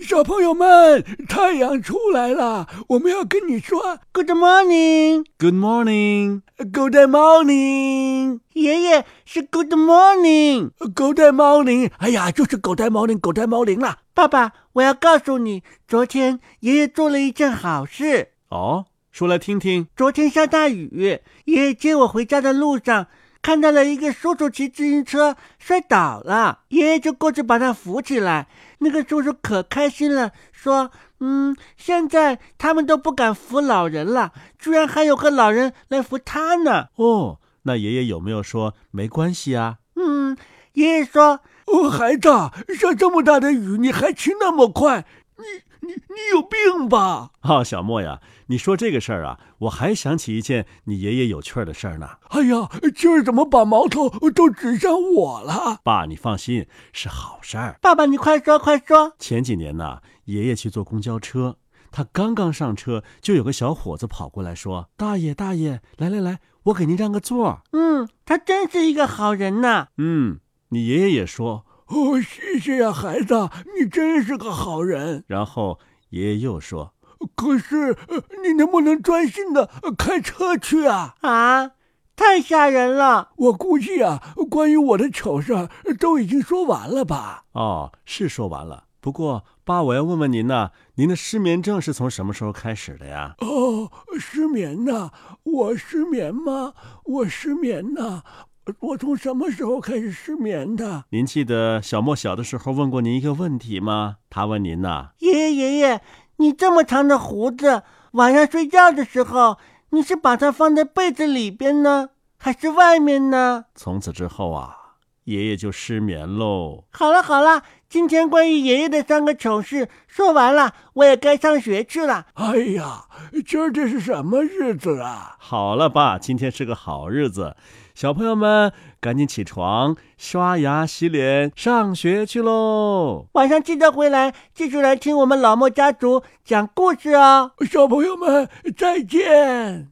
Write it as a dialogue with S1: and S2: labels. S1: 小朋友们，太阳出来了，我们要跟你说
S2: Good morning，
S3: Good morning，
S1: Good morning，
S2: 爷爷是 Good morning。
S1: 狗带猫铃。哎呀，就是狗带猫铃，狗带猫铃啦。
S2: 爸爸，我要告诉你，昨天爷爷做了一件好事。
S3: 哦，说来听听。
S2: 昨天下大雨，爷爷接我回家的路上，看到了一个叔叔骑自行车摔倒了，爷爷就过去把他扶起来。那个叔叔可开心了，说：“嗯，现在他们都不敢扶老人了，居然还有个老人来扶他呢。
S3: 哦，那爷爷有没有说没关系啊？”
S2: 嗯，爷爷说
S1: 哦，孩子，下这么大的雨，你还骑那么快，你你你有病吧？
S3: 啊、小莫呀，你说这个事儿啊，我还想起一件你爷爷有趣儿的事儿呢。
S1: 哎呀，今儿怎么把矛头都指向我了？
S3: 爸，你放心，是好事儿：“。
S2: 爸爸，你快说，快说。
S3: 前几年呐，爷爷去坐公交车，他刚刚上车，就有个小伙子跑过来说：“大爷，大爷，来来来，我给您让个座儿。””
S2: 嗯，他真是一个好人呐、
S3: 嗯，你爷爷也说。
S1: 哦，谢谢呀、孩子，你真是个好人。
S3: 然后爷爷又说
S1: 可是呃你能不能专心的开车去啊？
S2: 啊，太吓人了！
S1: 我估计啊，关于我的糗事儿都已经说完了吧？：“
S3: 哦，是说完了。不过爸，我要问问您呐、您的失眠症是从什么时候开始的呀？”
S1: 哦，失眠呐、我失眠吗？我失眠呐、我从什么时候开始失眠的？
S3: 您记得小莫小的时候问过您一个问题吗？他问您呐、
S2: 爷爷爷爷，你这么长的胡子，晚上睡觉的时候，你是把它放在被子里边呢，还是外面呢？
S3: 从此之后啊，爷爷就失眠喽。
S2: 好了好了，今天关于爷爷的三个糗事说完了，我也该上学去了。
S1: 哎呀，今儿这是什么日子啊？
S3: 好了吧，今天是个好日子，小朋友们赶紧起床，刷牙洗脸，上学去喽。
S2: 晚上记得回来，继续来听我们老莫家族讲故事哦。
S1: 小朋友们再见。